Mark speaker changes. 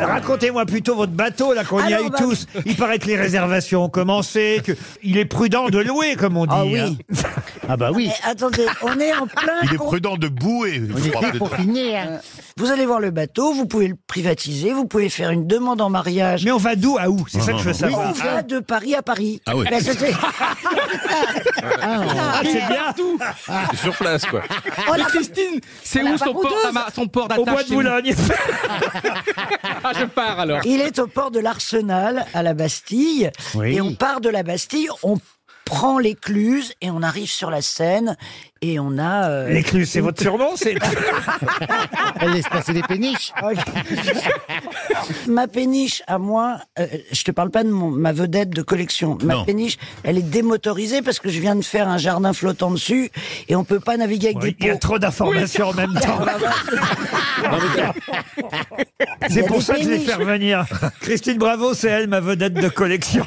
Speaker 1: Racontez-moi plutôt votre bateau, là, qu'on y
Speaker 2: Ah
Speaker 1: a
Speaker 2: non,
Speaker 1: eu
Speaker 2: bah-
Speaker 1: tous. Il paraît que les réservations ont commencé, que il est prudent de louer, comme on dit.
Speaker 2: Ah oui.
Speaker 1: hein. Ah bah oui.
Speaker 2: Eh, attendez, on est en plein.
Speaker 3: Il est
Speaker 2: on-
Speaker 3: prudent de bouer. je crois, peut-être.
Speaker 2: Vous allez voir le bateau, vous pouvez le privatiser, vous pouvez faire une demande en mariage.
Speaker 1: Mais on va d'où à où C'est ça que je veux
Speaker 2: on
Speaker 1: savoir.
Speaker 2: va de Paris à Paris.
Speaker 4: Ah oui.
Speaker 2: Ben, ça, c'est-
Speaker 1: Ah, c'est bien.
Speaker 4: C'est sur place, quoi.
Speaker 2: on
Speaker 5: Mais
Speaker 2: a-
Speaker 5: Christine, c'est
Speaker 2: la
Speaker 5: où son port,
Speaker 2: baroudeuse.
Speaker 5: d'ama- son port
Speaker 1: Au
Speaker 5: d'attache
Speaker 1: bois de
Speaker 5: c'est où
Speaker 1: Boulogne.
Speaker 5: Ah, je pars alors.
Speaker 2: Il est au port de l'Arsenal, à la Bastille.
Speaker 1: Oui.
Speaker 2: Et on part de la Bastille, on prend l'écluse et on arrive sur la Seine. Et on a. euh,
Speaker 1: L'écluse, c'est votre surnom c'est...
Speaker 6: Elle laisse passer des péniches.
Speaker 2: Ma péniche, à moi, euh, je te parle pas de mon- ma vedette de collection. Ma
Speaker 3: Non.
Speaker 2: péniche, elle est démotorisée parce que je viens de faire un jardin flottant dessus et on peut pas naviguer avec
Speaker 1: bah, Il y
Speaker 2: des
Speaker 1: a
Speaker 2: pots.
Speaker 1: trop d'informations en même temps.
Speaker 2: Il y
Speaker 1: bah, C'est
Speaker 2: a
Speaker 1: pour
Speaker 2: des
Speaker 1: ça que je vais
Speaker 2: péniches.
Speaker 1: faire venir. Christine Bravo, c'est elle, ma vedette de collection.